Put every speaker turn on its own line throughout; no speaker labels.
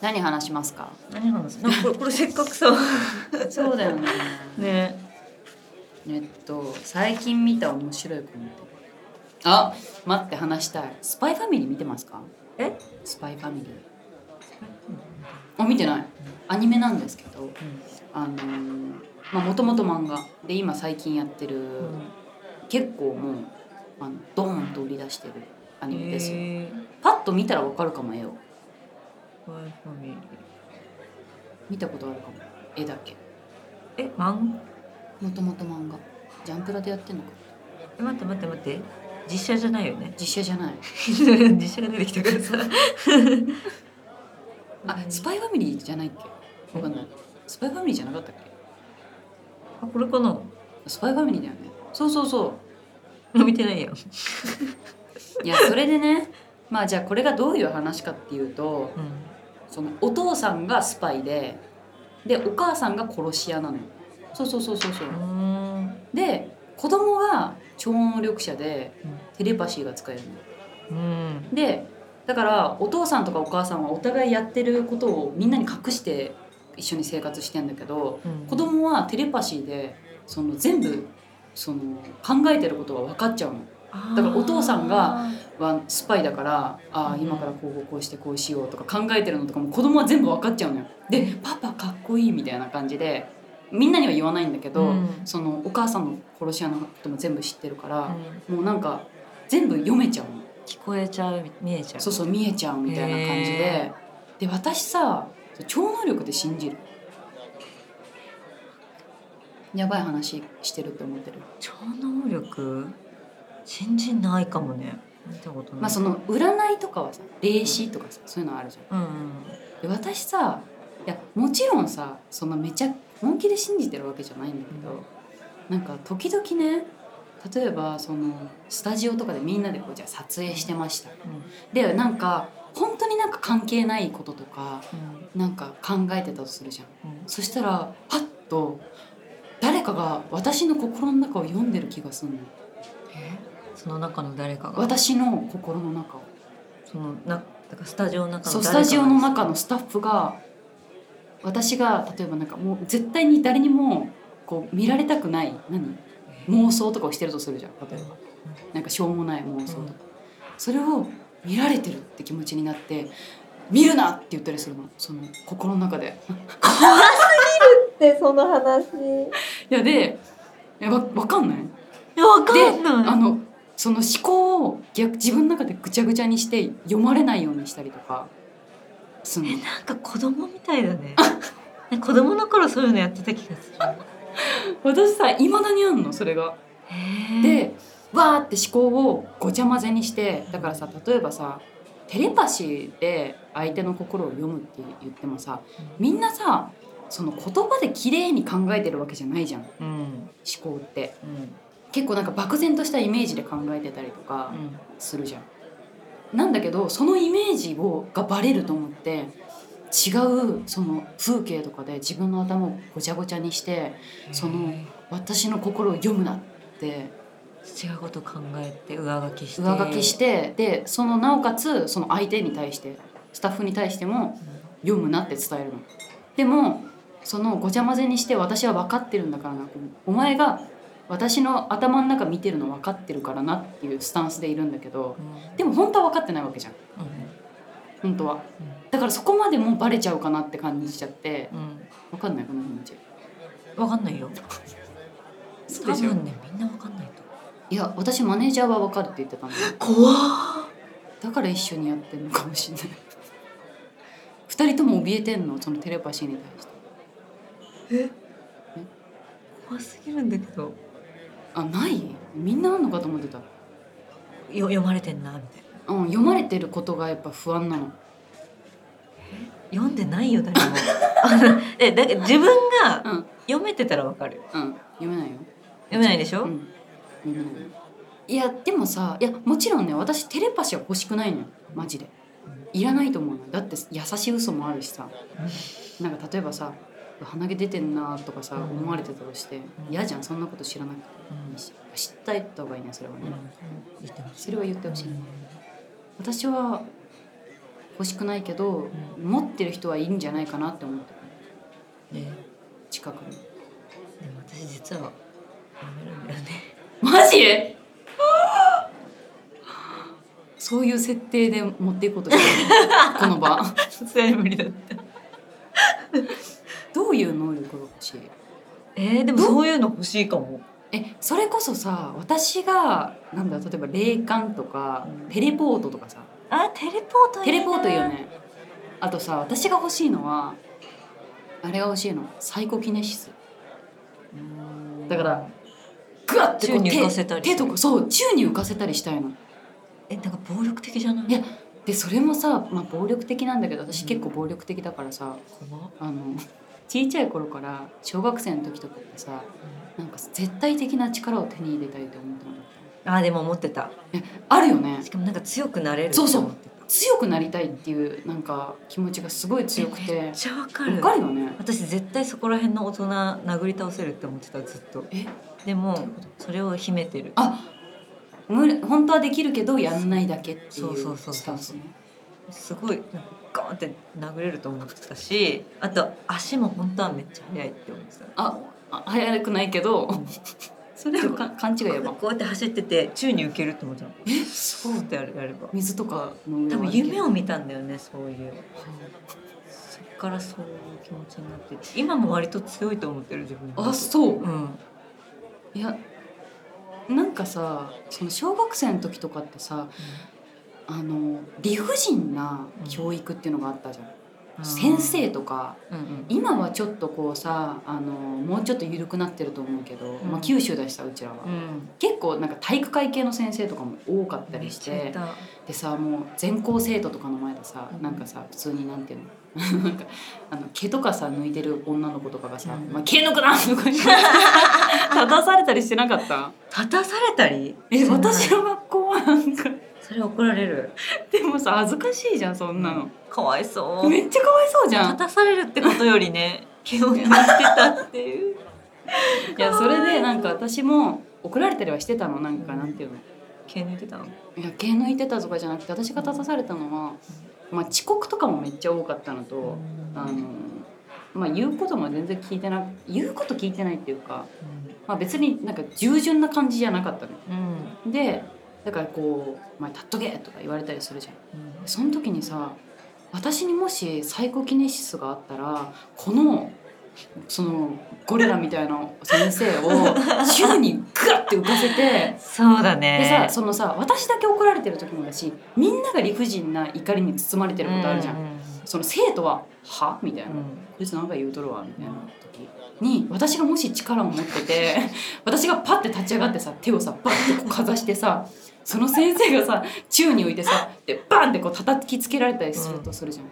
何話しますか
何話すなん かこれこれせっかくさ
そうだよね
ね
えっと最近見た面白いコメントあ待って話したいスパイファミリー見てますか
え
スパイファミリーあ見てないアニメなんですけどあのーまあもともと漫画で今最近やってる、結構もうあのドーンと売り出してるアニメですよ、
えー
パッと見たらわかるかも絵を
スパイファミリー
見たことあるかも絵だけ
えマン
もともと漫画ジャンプラでやってんのか
え待って待って待って実写じゃないよ ね
実写じゃない
実写が出てきたから さ
あスパイファミリーじゃないっけわかんないスパイファミリーじゃなかったっけ
あこれかな
スパイファミリーだよねそうそうそ
見てないや
うい やそれでねまあじゃあこれがどういう話かっていうと
うん
そのお父さんがスパイででお母さんが殺し屋なのそうそうそうそうそう
うーん
で子供が超能力者で
うん
テレパシーが使えるの
うん
でだからお父さんとかお母さんはお互いやってることをみんなに隠して一緒に生活してんだけど
うん
子供はテレパシーでその全部その考えてることが分かっちゃうのだからお父さんがはスパイだからああ
うん
今からこうこうしてこうしようとか考えてるのとかも子供は全部分かっちゃうのよでパパかっこいいみたいな感じでみんなには言わないんだけど、
うん
そのお母さんの殺し屋のことも全部知ってるか
あー
ら
う、ん
もうなんか全部読めちゃうの
聞こえちゃう見えちゃう
そうそう見えちゃうみたいな感じで
へ
で私さ超能力で信じるやばい話してるって思ってる、
超能力信じないかもね見たことない
まあその占いとかはさ霊視とかさそういうのあるじゃん
うんうん
で私さいやもちろんさそんなめちゃ本気で信じてるわけじゃないんだけど、なんか時々ね例えばそのスタジオとかでみんなでこうじゃあ撮影してました
うん
でなんか本当になんか関係ないこととか
うん
なんか考えてたとするじゃん
うん
そしたらパッと誰かが私の心の中を読んでる気がするの
えその中の誰かが
私の心の中を
そのなだからスタジオの中
そ
の
うス
誰か
タジオの中のスタッフが私が例えばなんかもう絶対に誰にもこう見られたくない何妄想とかをしてるとするじゃん例えばなんかしょうもない妄想とか、
うん
それを見られてるって気持ちになって「見るな!」って言ったりするのその心の中で。
でその話
いやでいやわわかんない
わか
で
んない
あのその思考を逆自分の中でぐちゃぐちゃにして読まれないようにしたりとかすんの
えなんか子供みたいだねね子供の頃そういうのやってた気がする
私さいまだにあんのそれが。
へえ
でわーって思考をごちゃ混ぜにしてだからさ例えばさテレパシーで相手の心を読むって言ってもさみんなさその言葉で綺麗に考えてるわけじゃないじゃん思
うん
考って
うん
結構なんか漠然としたイメージで考えてたりとか
うん
するじゃん。なんだけどそのイメージをがバレると思って違うその風景とかで自分の頭をごちゃごちゃにしてその
へ
私の心を読むなって
え違うこと考えて上書きして
上書きしてでそのなおかつその相手に対してスタッフに対しても読むなって伝えるの。でもそのごちゃ混ぜにして私は分かってるんだからなお前が私の頭の中見てるの分かってるからなっていうスタンスでいるんだけど
うん
でも本当は分かってないわけじゃん本当は。だからそこまでもうバレちゃうかなって感じちゃって
うんうん
分かんないこの気持ち
わかんないよ
そ
多分ねみんなわかんないと
いや私マネージャーは分かるって言ってたんだ
怖
だから一緒にやってるのかもしれない 二人とも怯えてんのそのテレパシーに対して
怖すぎるんだけど
あないみんなあんのかと思ってた
よ読まれてんなみたいな
うん読まれてることがやっぱ不安なの
読んでないよ誰もあのえだから自分が
うん
読めてたらわかる
うん読めないよ
読めないでしょ、
うん読めないよいやでもさいやもちろんね私テレパシーは欲しくないのよマジでいらないと思うのよだって優しい嘘もあるしさなんか例えばさ鼻毛出てんなとかさ
うん
思われてたとして嫌じゃんそんなこと知らなくて
うん
いいし知ったいった方がいいねそれはね
言ってます
それは言ってほしいね私は欲しくないけど、持ってる人はいいんじゃないかなって思って
ね
近くに
でも私実は舐めるんだよね
マジそういう設定で持っていこうとしてるのこの場
それ無理だった
どういう能力が欲しい
えー、でもそういうの欲しいかも
えそれこそさ私がなんだ例えば霊感とか
うん
テレポートとかさ
あテレポート
テレポートいいよ
ね
ねあとさ私が欲しいのはあれが欲しいのサイコキネシスだからグワッてこう
宙に
手
浮かせたり
手とかそう宙に浮かせたりしたいの
えなんか暴力的じゃない
いやでそれもさ、まあ、暴力的なんだけど私結構暴力的だからさ
怖っ
あのちいちゃい頃から小学生の時とかってさなんか絶対的な力を手に入れたいって思ってなかっ
あでも思ってた
たあるよね
しかもなんか強くなれるって
そうそう
思ってた
強くなりたいっていうなんか気持ちがすごい強く
えめ
て
っちゃわか
わ
る
かるよね
私絶対そこら辺の大人殴り倒せるって思ってたずっと
え
でもそれを秘めてる
あ無理本当はできるけどやんないだけってい
そうそううそう
スタンスね
すごいなんかガーンって殴れると思ってたしあと足も本当はめっちゃ速いって思ってた
ああ早くないけど
ん
それはか勘違いやば
こうやって走ってて宙に浮けるって思ってたの
えそ
そうってやれやれば
水とかの上
多
を歩
分
ける
夢を見たんだよねそういうそっからそういう気持ちになって今も割と強いと思ってる自分
あそう
うん
いやなんかさその小学生の時とかってさあの理不尽な教育っていうのがあったじゃん、先生とか
うんうん
今はちょっとこうさあのもうちょっと緩くなってると思うけど、
うん
まあ、九州だしさうちらは、
うん
結構なんか体育会系の先生とかも多かったりし
めってちゃいた
でさもう全校生徒とかの前でさ、
うん
なんかさ普通になんていうの なんかあの毛とかさ抜いてる女の子とかがさ「
うん
まあ、毛抜くな!」とか言って 正されたりしてなかった
立たされたり
え
してない
私の学校はなんか
それ怒られる
でもさ恥ずかしいじゃんそんなの、
かわいそう
めっちゃかわいそうじゃ
立
ん
たされるってことより ね毛を抜いてたっていう
いやそれでなんか私も怒られたりはしてたのなんかなんていうの
毛抜いてたの
いや毛抜いてたとかじゃなくて私が立たされたのは、まあ、遅刻とかもめっちゃ多かったのと、あのまあ言うことも全然聞いてな言うこと聞いてないっていうか、まあ、別になんか従順な感じじゃなかったの
うんうん
でだからこう「お前立っとけ!」とか言われたりするじゃん
うん
その時にさ私にもしサイコキネシスがあったらこのそのゴリラみたいな先生 を宙にグワッて浮かせて
そうだね
でさそのさ私だけ怒られてる時もだしみんなが理不尽な怒りに包まれてることあるじゃん。
う
その生徒は「は?」みたいな「こいつなんか言うとるわ」みたいな時に私がもし力を持ってて 私がパッて立ち上がってさ手をさバッてこうかざしてさその先生がさ宙に浮いてさでバンってこう叩きつけられたりするとするじゃん、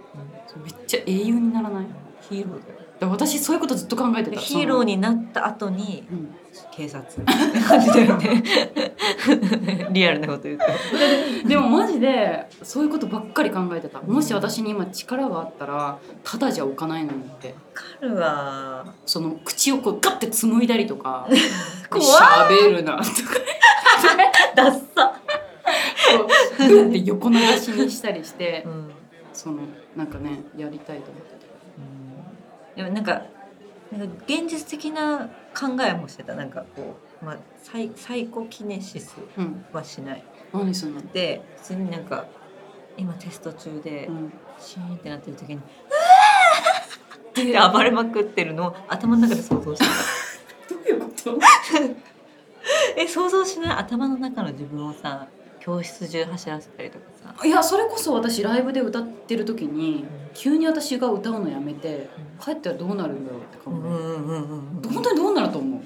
めっちゃ英雄にならないだか
ヒーローだよ
ら私そういうことずっと考えて
で
た
ヒーロー
に、
になった後に
うん、
警察って感じだよね リアルなこと言うと
でもマジでそういうことばっかり考えてたもし私に今力があったらただじゃ置かないのにって
カルは
その口をこうガッて紡いだりとか
怖い
喋るなとか
ダッサ、
こうグッて横流しにしたりして
うんうん
そのなんかねやりたいと思ってた
でもなんかなんか現実的な考えもしてたなんかこう、まあ、サイサイコキネシス
うん
はしない
何するの
で普通になんか今テスト中で
うん
シーンってなってる時に「う わー!」って暴れまくってるのを頭の中で想像 してた
どういうこと
え想像しない頭の中の自分をさ教室中走らせたりとかさ、
いやそれこそ私ライブで歌ってる時に急に私が歌うのやめて帰ったらどうなるんだろうって考
うんう
え
んうんうんう
て
ん
本当にどうなると思う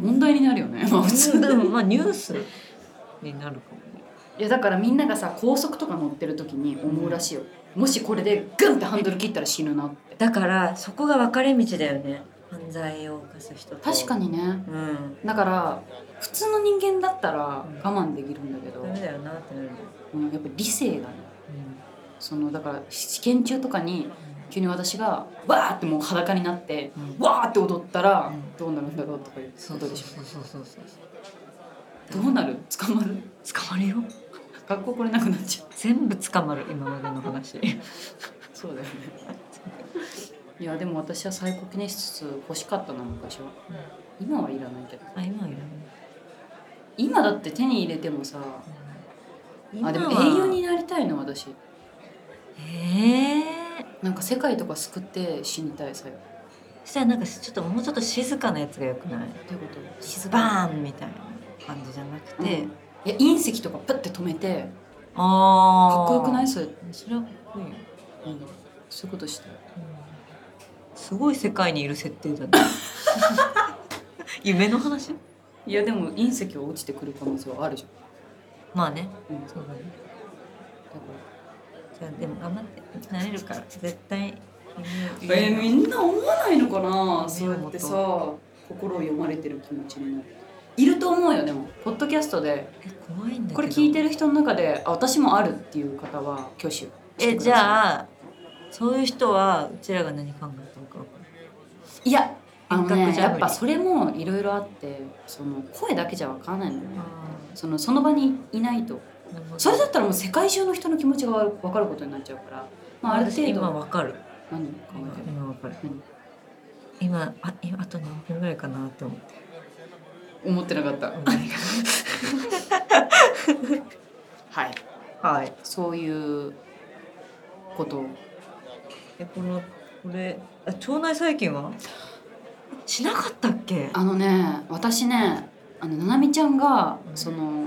問題になるよねまあ普通
で もまあニュースになるかもね
いやだからみんながさ高速とか乗ってる時に思うらしいよ、もしこれでグンってハンドル切ったら死ぬなって
だからそこが分かれ道だよね犯罪を犯す人と
確かにね
うん
だから普通の人間だったら我慢できるんだけど
ダ、メだよなってなるよ、
うん、やっぱ理性がねそのだから試験中とかに急に私がわーってもう裸になって
うんうん
わーって踊ったら
うん
どうなるんだろうとかいう
そ
こ
う
と
そう
でし
そうそうそうそう
ょどうなる捕まる
捕まるよ
学校来れなくなっちゃう
全部捕まる今までの話
そうだよね いやでも私は最高記念室欲しかったな昔は今はいらないけど
あ今はいらない
今だって手に入れてもさ
今は
あでも英雄になりたいの私
ええ
なんか世界とか救って死にたい最後っ
そしたらなんかちょっともうちょっと静かなやつがよくない、
ていうこと静か
バーンみたいな感じじゃなく
に
て、
で、いや隕石とかパッて止めて
ああ
かっこよくないそれ、
それはかっこいいよ、
うんそういうことして
すごい世界にいる 設定だね夢の話
いやでも隕石は落ちてくる可能性はあるじ
まあね
ゃん、うん、だか
そうだね
ら
じゃあでも頑張ってなれるから絶対
えーみんな思わないのかな
ね
そうやってさ心を読まれてる気持ちになるいると思うよでもポッドキャストで
え怖いんだけど
これ聞いてる人の中であ私もあるっていう方は挙手
えじ
あ
ゃあそういう人はうちらが何考えたのか分かる
いやあの、
遠
ね、
隔じゃ無
や
理
っぱそれもいろいろあってその声だけじゃわからないのよそのその場にいないと
なるほど
それだったらもう世界中の人の気持ちがわ分かることになっちゃうから、まあ、ある程
私
度
今分かる
何考
今
えてる
今分かる
何
今あ今あと何分ぐらいかなって思って
思ってなかったはい
はい
そういうこと
えこのこれあ腸内細菌はしなかったっけ
あのね私ねあのななみちゃんが
うん
その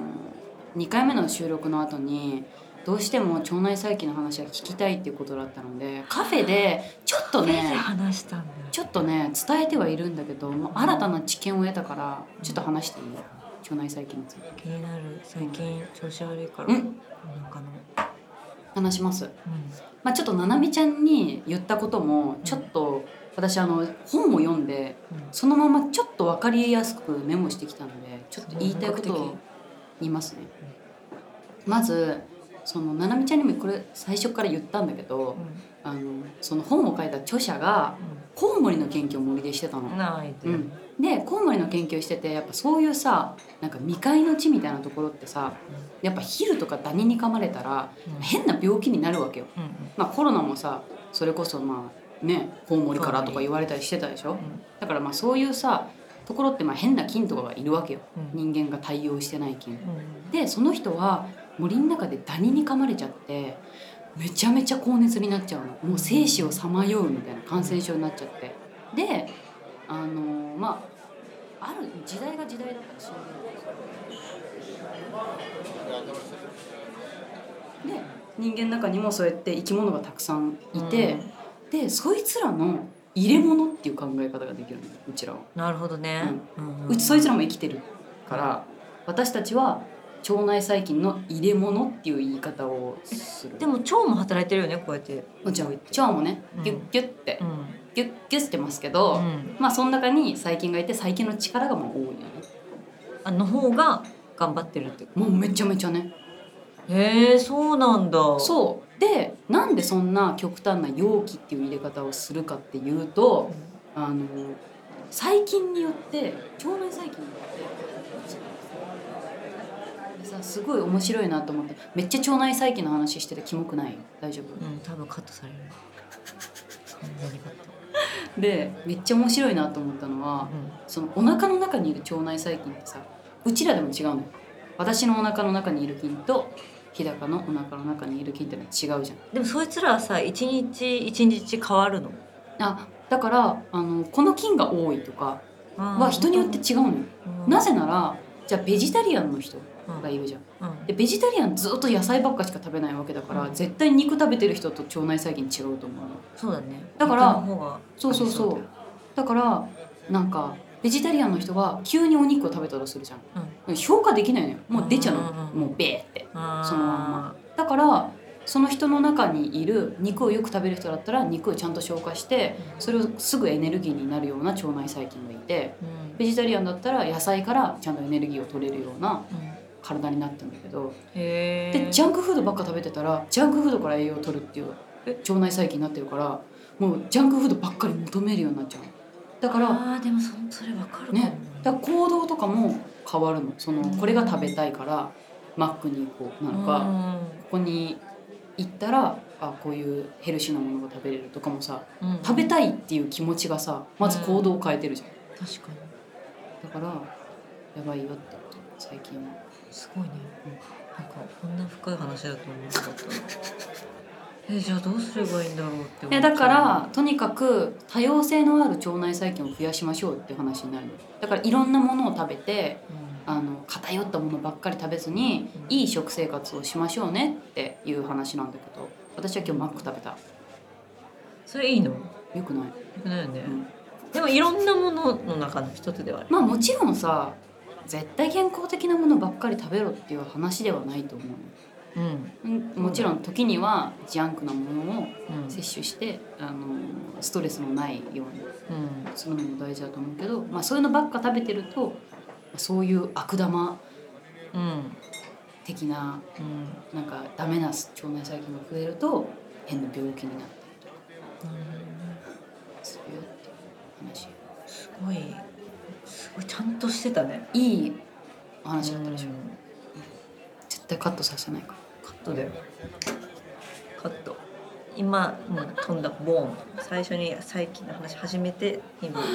2回目の収録の後にどうしても腸内細菌の話は聞きたいっていうことだったのでカフェでちょっと
で
ね
話したんだ
ちょっとね伝えてはいるんだけどもう新たな知見を得たからちょっと話していい腸内細菌について
気になる最近調子悪いから
うん
なんかの、
話します、
うん
まあ、ちょっとななみちゃんに言ったこともちょっと私あの本を読んで
うん
そのままちょっと分かりやすくメモしてきたのでちょっと言いたいことを言いますね。まずそのななみちゃんにもこれ最初から言ったんだけどあのその本を書いた著者がコウモリの研究を森でしてた
う
の。
んないで、
うんでコウモリの研究しててやっぱそういうさなんか未開の地みたいなところってさやっぱヒルとかダニに噛まれたら変な病気になるわけよ。
うん
まあ、コロナもさそれこそまあねコウモリからとか言われたりしてたでしょ。だからまあそういうさところってまあ変な菌とかがいるわけよ
うん
人間が対応してない菌
うんうん
でその人は森の中でダニに噛まれちゃってめちゃめちゃ高熱になっちゃうのもう生死をさまようみたいな感染症になっちゃってであのーまあある時代が時代だから死んでるで人間の中にもそうやって生き物がたくさんいて、
うん
でそいつらの入れ物っていう考え方ができるのうちらは、
なるほどね、うん
うちそいつらも生きてるから私たちは腸内細菌の入れ物っていう言い方をする
でも腸も働いてるよねこうやって
もちろん腸もね
うん
ギュッギュッて、
うん
ギュッギュッしてますけど、
うん
まあその中に細菌がいて細菌の力がもう多いよね
あの方が頑張ってるってこと
もうめちゃめちゃね
へえそうなんだ
そうでなんでそんな極端な容器っていう入れ方をするかっていうとあの細菌によって腸内細菌によってでさすごい面白いなと思ってめっちゃ腸内細菌の話しててキモくない大丈
う
夫
ん、うん、多分カットされるそんなにカット
でめっちゃ面白いなと思ったのはそのお腹の中にいる腸内細菌ってさうちらでも違うのよ私のお腹の中にいる菌と日高のお腹の中にいる菌ってのは違うじゃん
でもそいつらはさ一日一日変わるの
あだからあのこの菌が多いとかは人によって、違うのよ
うん
なぜならじゃあベジタリアンの人がいるじゃん
うん
でベジタリアンずっと野菜ばっかしか食べないわけだから、
うん
絶対肉食べてる人と腸内細菌違うと思うの
そうだね
だから
人の方が
そうそうそう
あり
だからなんかベジタリアンの人が急にお肉を食べたとするじゃ
だよ
ん消化できないのよもう出ちゃうの、
うんうんうん
もうベーって
うんあー
そのまんまだからその人の中にいる肉をよく食べる人だったら肉をちゃんと消化してそれをすぐエネルギーになるような腸内細菌がいて
うん
ベジタリアンだったら野菜からちゃんとエネルギーを取れるような
うん
体になってるんだけど
へ
で
え
ジャンクフードばっか食べてたらジャンクフードから栄養を取るっていう
え
腸内細菌になってるからもうジャンクフードばっかり求めるようになっちゃうだからだか
あーでもそそれわかるかも
ねら行動とかも変わるのそのこれが食べたいからマックに行こうなのか、ここに行ったらあこういうヘルシーなものが食べれるとかもさ
うん、うん
食べたいっていう気持ちがさまず行動を変えてるじゃん、
確かに
だからやばいよってこと最近は
すごいね、なんかこんな深い話だと思わなか ったなえじゃあどうすればいいんだろうって思っちゃう
えだからとにかく多様性のある腸内細菌を増やしましょうって話になるのだからいろんなものを食べて
うん
あの偏ったものばっかり食べずに
うん
いい食生活をしましょうねっていう話なんだけど私は今日マック食べた
それいいのよ
よくない、
くないよね、
うん
でもいろんなものの中の一つではある
まあもちろんさ絶対健康的なものばっかり食べろっていう話ではないと思う
うん、
うんもちろん時にはジャンクなものを
うん
摂取して、あのストレスのないように
うん
するのも大事だと思うけど、まあ、そういうのばっか食べてるとそういう悪玉
うん
的な
うん
なんかダメな腸内細菌が増えると変な病気になったりとかするよっていう話
すごいすごいちゃんとしてたね
いいお話だったでしょ、
うん
絶対カットさせないから
カットだよカット今、うん、飛んだボーン最初に最近の話始めて今飛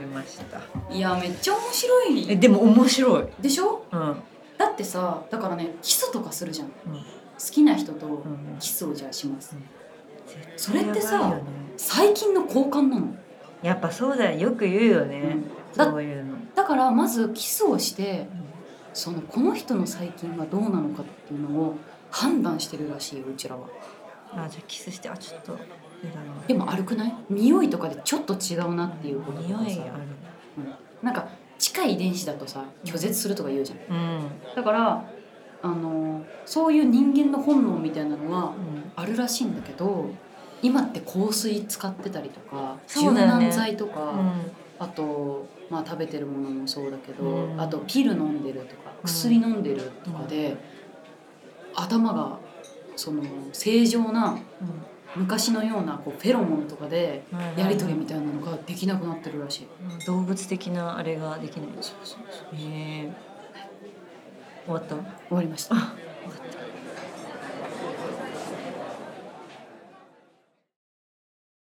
びました
いやめっちゃ面白
え
い
でも面白い
でしょ
うんうん
だってさだからねキスとかするじゃん好きな人と
うん
キスをじゃあします、そ
そ
れってさ最近の交換なの
やっぱそうだよよく言うよね、
だ
そういうの、
だからまずキスをして
うん
そのこの人の細菌がどうなのかっていうのを判断してるらしいようちらは
あじゃあキスしてあちょっと嫌だな
でも悪くない匂いとかでちょっと違うなっていうことと
匂
か
い
さ
ある
なんか近い遺伝子だとさ拒絶するとか言うじゃん
うん、
だからあのそういう人間の本能みたいなのは
うん、
あるらしいんだけど今って香水使ってたりとか、
そ
柔
うだよね
軟剤とか、
うん
あと、まあ、食べてるものもそうだけど、
うん
あとピル飲んでるとか薬飲んでるとかで、頭がその正常な昔のようなこうフェロモンとかで
うん
やり取りみたいなのができなくなってるらしい。
うん動物的なあれができないそうそうそうへえ終わった
終わりました。
終わった